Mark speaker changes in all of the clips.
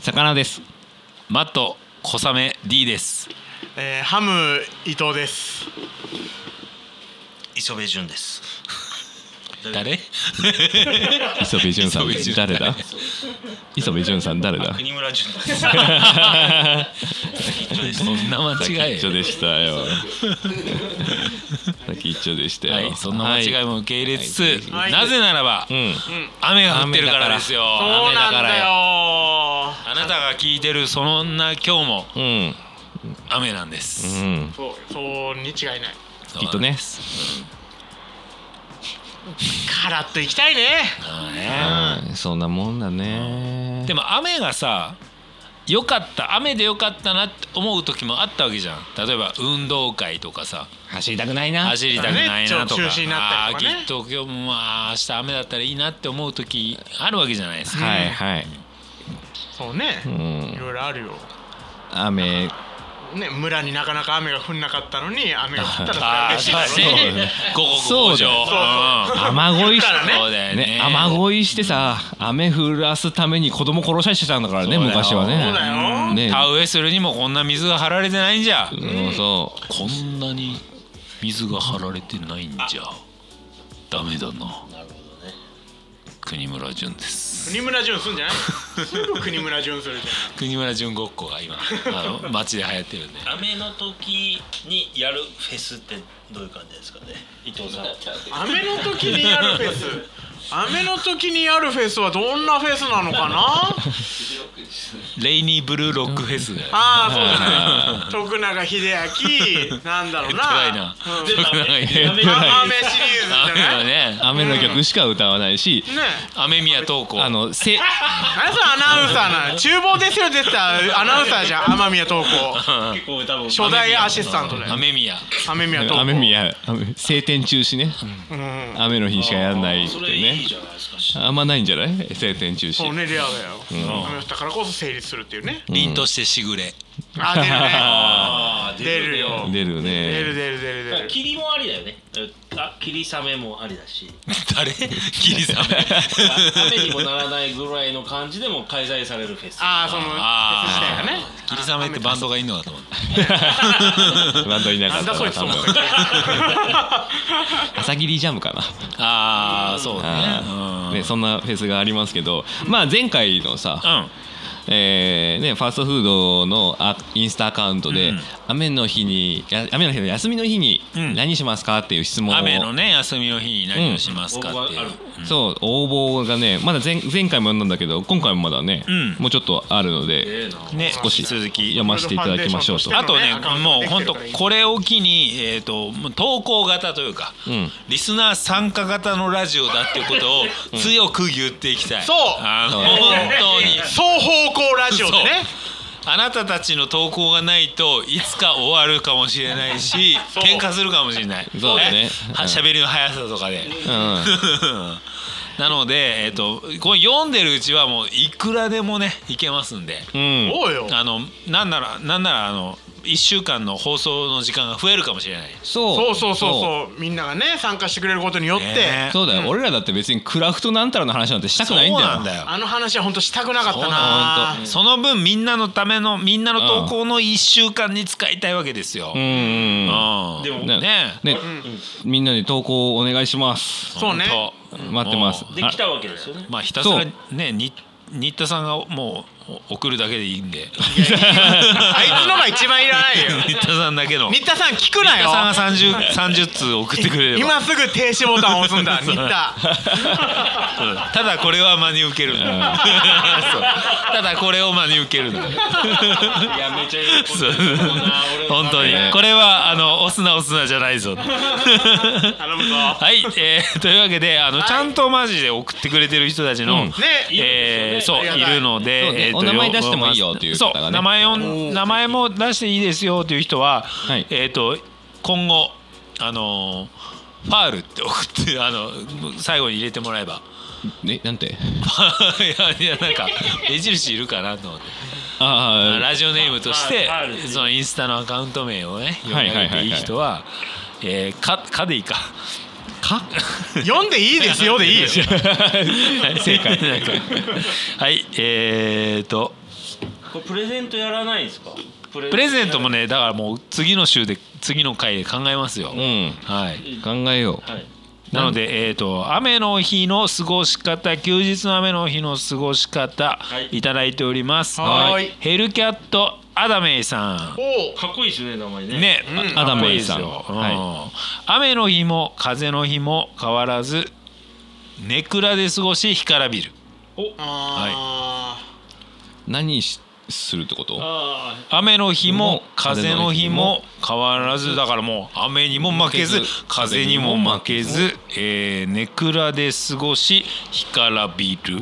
Speaker 1: 魚ですマット小雨 D です
Speaker 2: えーハム伊藤です。
Speaker 3: 磯部純です。
Speaker 1: 誰磯部淳さん
Speaker 3: 磯部淳
Speaker 1: 誰だ磯部淳さん誰だ
Speaker 3: 国村純です。
Speaker 1: そんな間違い
Speaker 4: 一緒でした よ。さっき一緒でしたよ。
Speaker 1: はい、そんな間違い
Speaker 4: も。
Speaker 1: も受け入れつつ、
Speaker 2: はい
Speaker 1: なぜならば、
Speaker 4: うん。
Speaker 1: 雨が降ってるからですよ
Speaker 2: そう
Speaker 1: 雨
Speaker 2: な
Speaker 1: だ
Speaker 2: ん
Speaker 1: から
Speaker 2: だよ。
Speaker 1: あなたが聞いてるそんな今日も
Speaker 4: うん。
Speaker 1: 雨なんです、
Speaker 4: うん。
Speaker 2: そう、そうに違いない。
Speaker 1: そう
Speaker 4: きっとね。
Speaker 2: カラッと行きたいね。
Speaker 1: まあ
Speaker 4: はいそんなもんだね。
Speaker 1: でも雨がさ良かった雨で良かったなって思う時もあったわけじゃん例えば運動会とかさ
Speaker 4: 走りたくないな。
Speaker 1: 走りたくないなとか,、
Speaker 2: ねちょっと中止にな
Speaker 1: あ
Speaker 2: っ
Speaker 1: あー
Speaker 2: たり
Speaker 1: き
Speaker 2: とかね
Speaker 1: っと今日もまあ明日雨だったらいいなって思う時あるわけじゃないですか、
Speaker 4: はいはい。
Speaker 2: そうね
Speaker 4: う。
Speaker 2: い
Speaker 4: ん。
Speaker 2: ろいろあるよ。
Speaker 4: 雨。
Speaker 2: ね、村になかなか雨が降んなかったのに、雨が降ったら
Speaker 1: ああ
Speaker 2: 嬉し
Speaker 1: そ
Speaker 2: いうだ
Speaker 1: だ
Speaker 2: ろうね。
Speaker 1: ね午後
Speaker 4: そう
Speaker 1: 5上
Speaker 4: だよ
Speaker 1: うん
Speaker 4: 雨乞いし
Speaker 2: だからね
Speaker 1: そうだよね
Speaker 4: ね、雨乞いしてさ、雨降らすために子供殺したりしてたんだからね、
Speaker 1: そうだよ
Speaker 4: 昔はね。
Speaker 2: そうだよ
Speaker 4: ね。
Speaker 1: 田植えするにもこんな水が張られてないんじゃ
Speaker 4: うんそう。
Speaker 1: こんなに水が張られてないんじゃダメだな国村淳です
Speaker 2: 国村淳すんじゃない。すぐ国村淳するじ
Speaker 1: 国村淳ごっこが今あの街で流行ってるんで
Speaker 3: 雨の時にやるフェスってどういう感じですかね。伊藤 さ
Speaker 2: ゃ
Speaker 3: ん。
Speaker 2: ん。雨の時にやるフェス。雨の時にやるフェスはどんなフェスなのかな。
Speaker 1: レイニーブルーロックフェスだよ
Speaker 2: ああ、そうだね。徳永英明、なんだろうな。
Speaker 1: やってないな
Speaker 2: うん
Speaker 1: 徳永英明
Speaker 2: 雨シリーズじゃ
Speaker 1: 雨
Speaker 2: な
Speaker 1: の
Speaker 2: い。
Speaker 1: ね
Speaker 4: 雨の曲しか歌わないし、
Speaker 2: ね
Speaker 1: 雨宮東子
Speaker 4: あの、せ。
Speaker 2: 何それアナウンサーなの厨房ですよ出てたアナウンサーじゃん雨宮東子
Speaker 3: 結構歌も。
Speaker 2: 初代アシスタントだよ
Speaker 1: 雨宮
Speaker 2: 雨宮東子
Speaker 4: 雨宮雨晴天中止ね、
Speaker 2: うん
Speaker 4: 雨の日しかやんないって
Speaker 3: それいい
Speaker 4: ね
Speaker 3: じゃないですか。し
Speaker 4: あんまないんじゃない晴天中
Speaker 2: そう
Speaker 4: 止
Speaker 2: ねレアだよ雨降ったからこそ成立するっていうね
Speaker 1: 凛としてしぐれ
Speaker 2: あ
Speaker 3: あー
Speaker 2: 出るね出るよ
Speaker 4: 出る
Speaker 2: 出る出
Speaker 4: ね
Speaker 2: る出る出る出る
Speaker 3: 霧もありだよね。あ、霧雨もありだ し。
Speaker 1: 誰霧雨
Speaker 3: 雨にもならないぐらいの感じでも開催されるフェス。
Speaker 2: ああその
Speaker 1: あ
Speaker 2: フェス自
Speaker 1: あ霧雨ってバンドがいいのかと思った
Speaker 4: バンドいなか
Speaker 2: 体がねな
Speaker 4: っ
Speaker 2: ん
Speaker 4: た
Speaker 2: だそい
Speaker 4: ら
Speaker 2: つ
Speaker 4: 多
Speaker 2: と思っ
Speaker 4: 分
Speaker 2: た
Speaker 4: 朝霧ジャムかな
Speaker 1: ああそう
Speaker 4: あー
Speaker 1: ね
Speaker 4: ね、そんなフェスがありますけど、まあ、前回のさ、
Speaker 1: うん
Speaker 4: えーね、ファーストフードのあインスタアカウントで、
Speaker 1: うん
Speaker 4: 雨の日にや雨の日の休みの日に
Speaker 1: うん
Speaker 4: 何しますかっていう質問を、
Speaker 1: 雨のね休みの日に何をしますかっていう、
Speaker 3: うん
Speaker 4: そう応募がねまだ前前回も読んだんだけど今回もまだね、
Speaker 1: うん
Speaker 4: もうちょっとあるので、
Speaker 3: ええな。
Speaker 1: ね
Speaker 4: 少し
Speaker 1: 続き
Speaker 4: 読ませていただきましょうと
Speaker 2: あ
Speaker 1: あとね
Speaker 2: アカウント
Speaker 1: もう
Speaker 2: できて
Speaker 1: 本
Speaker 2: る
Speaker 1: 当
Speaker 2: からいい
Speaker 1: これを機に、えー、ともう投稿型というか、
Speaker 4: うん
Speaker 1: リスナー参加型のラジオだっていうことを強く言っていきたい、
Speaker 2: そう
Speaker 1: あの本当に
Speaker 2: 双方向ラジオでね
Speaker 1: あなたたちの投稿がないといつか終わるかもしれないし
Speaker 2: そう
Speaker 1: 喧嘩するかもしれない
Speaker 4: そうだねうん
Speaker 1: は喋りの速さとかで。
Speaker 4: うん
Speaker 1: なので、えっと、これ読んでるうちはもういくらでもねいけますんで
Speaker 4: うん、
Speaker 2: そうよ
Speaker 1: あのなんならなんならあの1週間の放送の時間が増えるかもしれない
Speaker 4: そう
Speaker 2: そうそうそうそうみんながね参加してくれることによって
Speaker 1: ね
Speaker 4: そうだよ、俺らだって別にクラフトなんたらの話なんてしたくないんだよ
Speaker 1: そうなんだよ
Speaker 2: あの話は本当したくなかった
Speaker 4: そうなの
Speaker 2: な
Speaker 4: ほん
Speaker 1: その分みんなのためのみんなの投稿の1週間に使いたいわけですよ、
Speaker 4: うんうんうん
Speaker 1: うん
Speaker 3: でも
Speaker 1: ね
Speaker 4: ね、みんなで投稿お願いします
Speaker 2: そうね
Speaker 1: ほんと
Speaker 4: 待ってます
Speaker 1: も
Speaker 3: できたわけですよね
Speaker 1: う。まあひたすら
Speaker 4: そ
Speaker 1: ねに新田さんがもう送るだけでいいん で
Speaker 2: あいつのが一番いらないよ
Speaker 1: 新田さんだけの
Speaker 2: 新田さん聞くな
Speaker 1: 新田さん
Speaker 2: よ
Speaker 1: が 30, 30通送ってくれれば
Speaker 2: 今すぐ停止ボタンを押す んだ新田
Speaker 1: うんただこれは真に受けるん だそうただこれを真に受けるんだ
Speaker 3: いや、めちゃいい。
Speaker 1: そう本
Speaker 3: 本
Speaker 1: 当に
Speaker 4: ね
Speaker 1: これはあの押すな押すなじゃない ぞ
Speaker 2: 頼むぞ
Speaker 1: はい、えーというわけであの、ちゃんとマジで送ってくれてる人たちの、
Speaker 4: うん
Speaker 2: ね
Speaker 1: えーそう
Speaker 2: あり
Speaker 1: い
Speaker 2: がたい
Speaker 1: るので、
Speaker 4: そうね
Speaker 1: えーと
Speaker 4: お名前出してもいいよっていう方がね
Speaker 1: そう名前を名前も出していいですよという人は、
Speaker 4: はい
Speaker 1: えっ、と今後あのファールって送ってあの最後に入れてもらえば
Speaker 4: ねなんて
Speaker 1: いやいやなんか目印いるかなと思って
Speaker 4: ああ
Speaker 1: ラジオネームとし
Speaker 3: フ
Speaker 1: て
Speaker 3: ァールっていう
Speaker 1: そのインスタのアカウント名をね読み上げていい人は「えーか」かでいいか。
Speaker 4: か
Speaker 2: 読んでい いですよでいいよ
Speaker 1: 正解はいえーと
Speaker 3: これプレゼントやらないんですかプレ
Speaker 1: プレゼントもねだからもう次の週で次の回で考えますよ、
Speaker 4: うん
Speaker 1: はい
Speaker 4: 考えよ
Speaker 3: はい
Speaker 1: なので、えー、と雨の日の過ごし方休日の雨の日の過ごし方、
Speaker 3: はい
Speaker 1: い、ただいております
Speaker 2: はーい
Speaker 1: ヘルキャットアダメイさん
Speaker 2: お
Speaker 3: かっこいいですね名前ね
Speaker 1: ね、
Speaker 2: うん
Speaker 1: あ
Speaker 4: アダメイさん
Speaker 1: かっこいいですよ
Speaker 4: はい
Speaker 1: うん雨の日も風の日も変わらずネクラで過ごし干からびる
Speaker 2: あ
Speaker 4: う何しするってこと
Speaker 3: あ
Speaker 1: 雨の日も
Speaker 4: も
Speaker 1: 風の日も変わらずだからもう雨にも負けず
Speaker 4: 負けず
Speaker 1: 風にも負けず、えー、ネクラで過ごし干からびる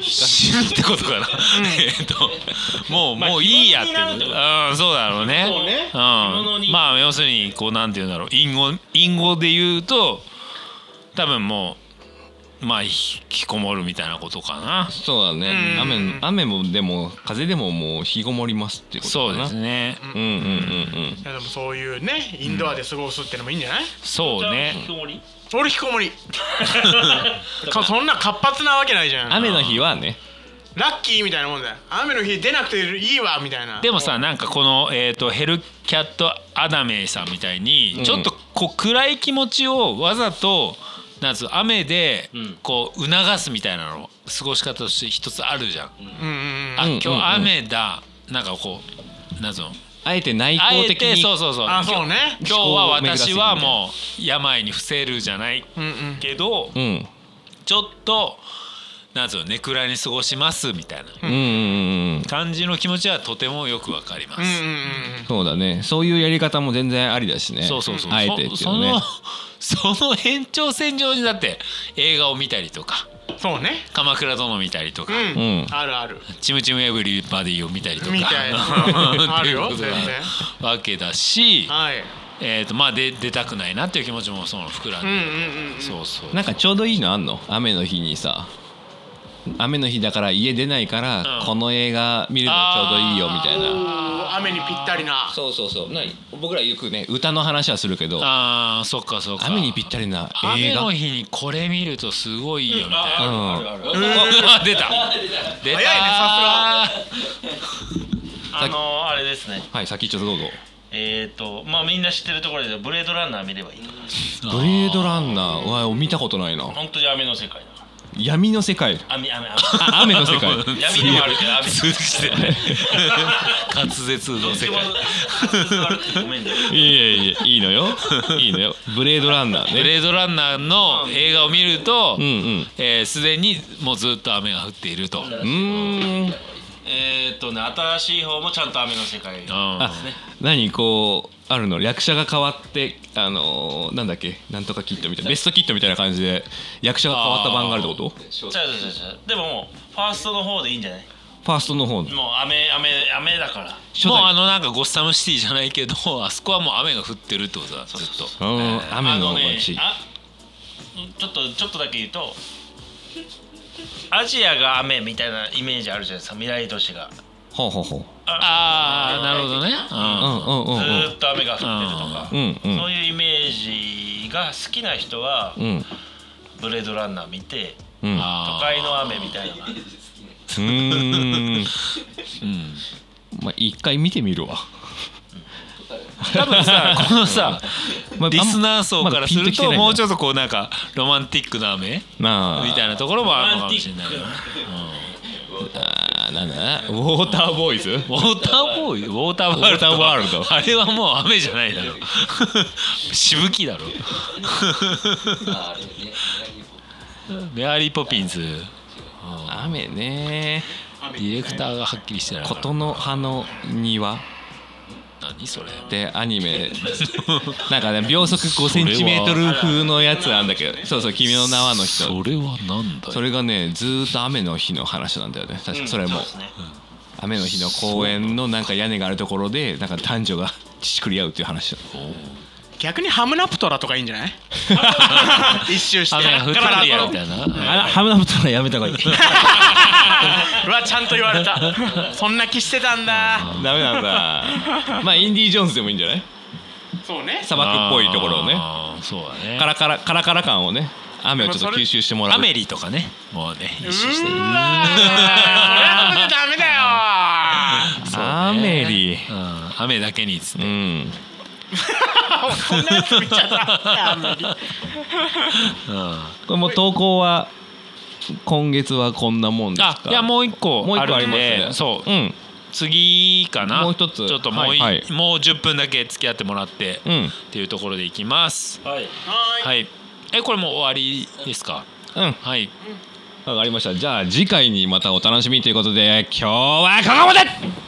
Speaker 1: 死ぬってことかな、 えーっともう、
Speaker 3: まあ
Speaker 1: もういいやって
Speaker 3: 干物になるってこと
Speaker 1: うんそうだろうね
Speaker 3: そうね
Speaker 1: う
Speaker 3: 干物
Speaker 1: ん、
Speaker 3: に
Speaker 1: まあ要するにこうなんて言うんだろう隠語隠語で言うと多分もうまあ引きこもるみたいなことかな
Speaker 4: そうだね
Speaker 2: うん
Speaker 4: 雨雨もでも風でももう日ごもりますっていうこと
Speaker 1: そう
Speaker 4: か
Speaker 1: で
Speaker 4: な
Speaker 1: すね
Speaker 4: うんうんうんうん
Speaker 2: ーいやでもそういうねインドアで過ごすってのもいいんじゃない、
Speaker 1: そうね
Speaker 3: 引きこもり
Speaker 2: 俺引き こもりかそんな活発なわけないじゃん
Speaker 4: 雨の日はね
Speaker 2: ラッキーみたいなもんだよ雨の日出なくていいわみたいな
Speaker 1: でもさなんかこの、えー、とヘルキャット・アダメイさんみたいに、
Speaker 4: うん
Speaker 1: ちょっとこう暗い気持ちをわざとなんつう雨で
Speaker 3: うん
Speaker 1: こう促すみたいなの過ごし方として一つあるじゃん。
Speaker 2: うんうん
Speaker 1: あ
Speaker 4: うん
Speaker 1: 今日雨だ、なんかこうなんつうの
Speaker 4: あえて内
Speaker 1: あ
Speaker 4: 向
Speaker 1: え
Speaker 4: 的
Speaker 1: て
Speaker 4: に
Speaker 1: そうそうそう
Speaker 2: あそうね
Speaker 1: 今日は私はもう病に伏せるじゃない
Speaker 2: うんうん
Speaker 1: けど、
Speaker 4: うん
Speaker 1: ちょっとなんつうのねくらいに過ごしますみたいな
Speaker 4: うんうんうんうん
Speaker 1: 感じの気持ちはとてもよくわかります。
Speaker 2: うんうん
Speaker 4: そうだねそういうやり方も全然ありだしね
Speaker 1: そうそうそう。
Speaker 4: あえてっていう
Speaker 1: そ
Speaker 4: のね
Speaker 1: そのその延長線上にだって映画を見たりとか、
Speaker 2: うんそうね
Speaker 1: 鎌倉殿見たりとか、
Speaker 2: うん、
Speaker 4: うん
Speaker 2: あるある
Speaker 1: ちむチムチムエブリバディを見たりとか、
Speaker 2: みたいな あるよ
Speaker 1: っていうことが
Speaker 2: 全
Speaker 1: わけだし、
Speaker 2: はい
Speaker 1: えっ、とまあで出たくないなっていう気持ちもその膨らん
Speaker 2: う
Speaker 1: で、
Speaker 2: んうんうん
Speaker 1: そうそう。
Speaker 4: なんかちょうどいいのあんの雨の日にさ雨の日だから家出ないから、
Speaker 1: うん
Speaker 4: この映画見るのちょうどいいよみたいな
Speaker 2: おー雨にぴったりな
Speaker 4: そうそうそうな僕らよくね歌の話はするけど
Speaker 1: ああそっかそっか。
Speaker 4: 雨にぴったりな映
Speaker 1: 雨
Speaker 4: 画
Speaker 1: の日にこれ見るとすごいいいよみたいな。
Speaker 3: あーあるあるある
Speaker 1: あ出た出た
Speaker 2: 早いねさ
Speaker 3: あのーあれですね
Speaker 4: はい先ちょっとどうぞ
Speaker 3: えっ、ー、とまあみんな知ってるところでブレードランナー見ればいいかな
Speaker 4: ブレードランナーは見たことないな
Speaker 3: 本当に雨の世界だか
Speaker 4: 闇の世界
Speaker 3: ら雨雨雨
Speaker 4: あ雨の世界
Speaker 3: 闇でもあるけど雨
Speaker 1: 通じてない滑舌の世界
Speaker 3: ごめんね
Speaker 4: いやいやいいのよいいのよブレードランナー
Speaker 1: ブ
Speaker 4: ね
Speaker 1: レードランナーの映画を見ると
Speaker 4: うんうん
Speaker 1: えーすで、にもうずっと雨が降っていると、うん
Speaker 4: うーん
Speaker 3: えっとね新しい方もちゃんと雨の世界
Speaker 4: あ何こうあるの役者が変わってあのーなんだっけなんとかキットみたいなベストキットみたいな感じで役者が変わった版があるってこと
Speaker 3: 違う違う違う違うでももうファーストの方でいいんじゃない
Speaker 4: ファーストの方の
Speaker 3: もう雨雨雨だから
Speaker 4: 初
Speaker 1: もうあ
Speaker 4: 代
Speaker 1: のなんかゴッサムシティじゃないけどあそこはもう雨が降ってるってことだずっと
Speaker 4: うん雨
Speaker 3: あ
Speaker 4: の
Speaker 3: ね
Speaker 4: 街
Speaker 3: あちょっとちょっとだけ言うとアジアが雨みたいなイメージあるじゃないですか未来都市が
Speaker 4: ほうほうほう
Speaker 1: ああなるほどね、
Speaker 4: う
Speaker 3: ず
Speaker 4: んうんうん
Speaker 3: ーっと雨が降ってるとか、
Speaker 4: うんうん
Speaker 3: そういうイメージが好きな人は
Speaker 4: うん
Speaker 3: 「ブレードランナー」見て
Speaker 4: うんうん
Speaker 3: 都
Speaker 1: あ
Speaker 3: 会の雨みたいなのが
Speaker 4: うーん
Speaker 1: ーうん
Speaker 4: まあ一回見てみるわ
Speaker 1: 多分さこのさ
Speaker 4: まあ
Speaker 1: リスナー層からするともうちょ
Speaker 4: っ
Speaker 1: っとこうなんかロマンティックな雨
Speaker 4: となあ
Speaker 1: みたいなところもあるのかもしれないよね
Speaker 4: あーなんだウォーターボーイズ
Speaker 1: ウォーターボーイウォーターワールド
Speaker 4: ウォーターワールド
Speaker 1: あれはもう雨じゃないだろしぶきだろメアリー・ポピンズデ
Speaker 4: 雨ね
Speaker 1: ィレクターがはっきりしてないから
Speaker 4: 琴の葉の庭
Speaker 1: 何それ
Speaker 4: でアニメ なんかね秒速5センチメートル風のやつなんだけどそうそう「君の名は」の人
Speaker 1: それはなんだ
Speaker 4: そ
Speaker 1: よ
Speaker 4: れがねずーっと雨の日の話なんだよね確かそれも
Speaker 3: うんそうですね
Speaker 4: 雨の日の公園のなんか屋根があるところでなんか男女が乳くり合うっていう話
Speaker 2: 逆にハムナプトラとかいいんじゃない 一周して
Speaker 1: 雨が降ってくるやみ
Speaker 2: う
Speaker 1: たいな
Speaker 4: あらハムナプトラやめ た方がいい
Speaker 2: わちゃんと言われ たそんな気してたんだ
Speaker 4: ダメなんだまあインディ・ージョーンズでもいいんじゃない
Speaker 2: そうね
Speaker 4: 砂漠っぽいところをね
Speaker 1: あーそうだね
Speaker 4: カラカラカラカラ感をね雨をちょっと吸収してもらう
Speaker 1: アメリとかねもうね一
Speaker 2: う
Speaker 1: 緒して
Speaker 2: ーわーそれはそれでダメだよ
Speaker 1: そうね
Speaker 4: アメリ
Speaker 1: うん雨だけにっつっ
Speaker 4: う
Speaker 1: て、
Speaker 4: ん
Speaker 2: そんなやつ見ちゃったあんまり
Speaker 1: うん
Speaker 4: これもう投稿は今月はこんなもんです
Speaker 1: あ
Speaker 4: か
Speaker 1: いやもう一個
Speaker 4: もう
Speaker 1: あ
Speaker 4: 一個あ
Speaker 1: る
Speaker 4: り
Speaker 1: ん
Speaker 4: ます
Speaker 1: で、
Speaker 4: ね
Speaker 1: そう、
Speaker 4: うん
Speaker 1: 次かな
Speaker 4: もう一つ
Speaker 1: ちょっともう,、
Speaker 4: はい
Speaker 1: い
Speaker 4: はい
Speaker 1: もう10分だけ付き合ってもらって、
Speaker 4: う
Speaker 1: っ
Speaker 4: ん
Speaker 1: ていうところでいきます
Speaker 3: はい
Speaker 2: はーい
Speaker 1: はいえこれもう終わりですか
Speaker 4: うん
Speaker 1: はい
Speaker 4: わかりましたじゃあ次回にまたお楽しみということで今日はここまで